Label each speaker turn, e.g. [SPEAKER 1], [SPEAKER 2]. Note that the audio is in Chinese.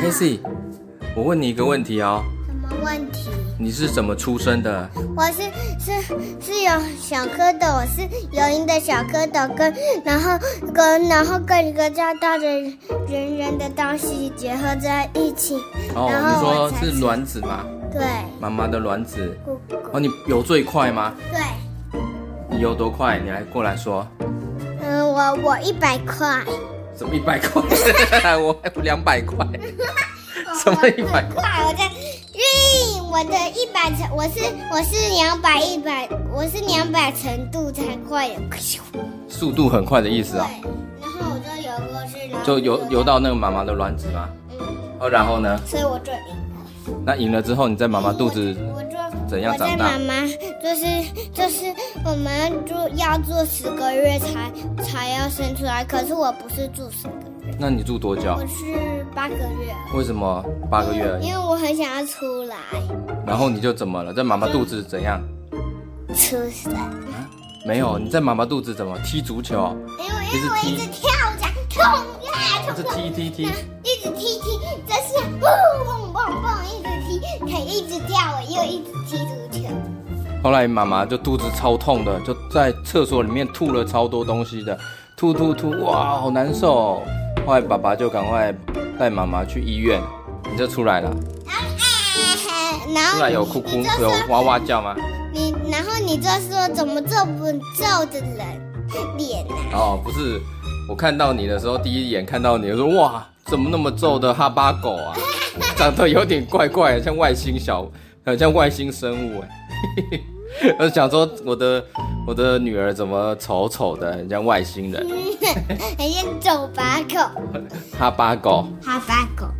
[SPEAKER 1] Nancy，我问你一个问题哦，
[SPEAKER 2] 什么问题？
[SPEAKER 1] 你是怎么出生的？
[SPEAKER 2] 我是是是有小蝌蚪，我是有鹰的小蝌蚪，跟然后跟然后跟一个叫大的圆圆的东西结合在一起。
[SPEAKER 1] 哦，
[SPEAKER 2] 然后
[SPEAKER 1] 你
[SPEAKER 2] 我
[SPEAKER 1] 说
[SPEAKER 2] 才
[SPEAKER 1] 是卵子嘛，
[SPEAKER 2] 对，
[SPEAKER 1] 妈妈的卵子。
[SPEAKER 2] 咕咕
[SPEAKER 1] 哦，你游最快吗？
[SPEAKER 2] 对，
[SPEAKER 1] 你游多快？你来过来说，
[SPEAKER 2] 嗯，我我一百块，
[SPEAKER 1] 怎么一百块？ 我还有两 百块，什么一百块？
[SPEAKER 2] 块？我在，因我的一百乘，我是我是两百一百，我是两百程度才快的。
[SPEAKER 1] 速度很快的意思
[SPEAKER 2] 对
[SPEAKER 1] 啊、，
[SPEAKER 2] 然后我就游过去，然后
[SPEAKER 1] 就游游，到那个妈妈的卵子嘛。
[SPEAKER 2] 嗯，
[SPEAKER 1] 哦，然后呢？
[SPEAKER 2] 所以我就赢了。
[SPEAKER 1] 那赢了之后，你在妈妈肚子
[SPEAKER 2] 我就
[SPEAKER 1] 怎样长
[SPEAKER 2] 我在
[SPEAKER 1] 大
[SPEAKER 2] 妈妈就是就是我们就要做十个月才才要生出来，可是我不是住十个月，
[SPEAKER 1] 那你住多久
[SPEAKER 2] 我？是八个月。
[SPEAKER 1] 为什么啊八个月而已？
[SPEAKER 2] 因为我很想要出来，
[SPEAKER 1] 然后你就怎么了？在妈妈肚子怎样？
[SPEAKER 2] 出生，
[SPEAKER 1] 没有，你在妈妈肚子怎么踢足球？
[SPEAKER 2] 因为
[SPEAKER 1] 一直
[SPEAKER 2] 因为我
[SPEAKER 1] 踢
[SPEAKER 2] 一直跳着，痛呀
[SPEAKER 1] 这
[SPEAKER 2] 痛痛，
[SPEAKER 1] 踢踢踢
[SPEAKER 2] 那，一直踢踢，这是蹦蹦蹦蹦，一直踢，可以一直跳，我又一直踢足球。
[SPEAKER 1] 后来妈妈就肚子超痛的，就在厕所里面吐了超多东西的，吐吐吐，哇，好难受哦、后来爸爸就赶快带妈妈去医院，你就出来了，
[SPEAKER 2] 哎然后
[SPEAKER 1] 出来有哭哭
[SPEAKER 2] 你就
[SPEAKER 1] 有
[SPEAKER 2] 说
[SPEAKER 1] 哇哇叫吗？
[SPEAKER 2] 你，然后你就说怎么这么皱的人脸 呢、
[SPEAKER 1] 哦，不是，我看到你的时候，第一眼看到你，我说哇，怎么那么皱的哈巴狗 啊，长得有点怪怪的，像外星小，很像外星生物 哎。我想说，我的我的女儿怎么丑丑的，很像外星人，
[SPEAKER 2] 嗯，很像走把狗，
[SPEAKER 1] 哈巴狗。
[SPEAKER 2] 哈巴狗。嗯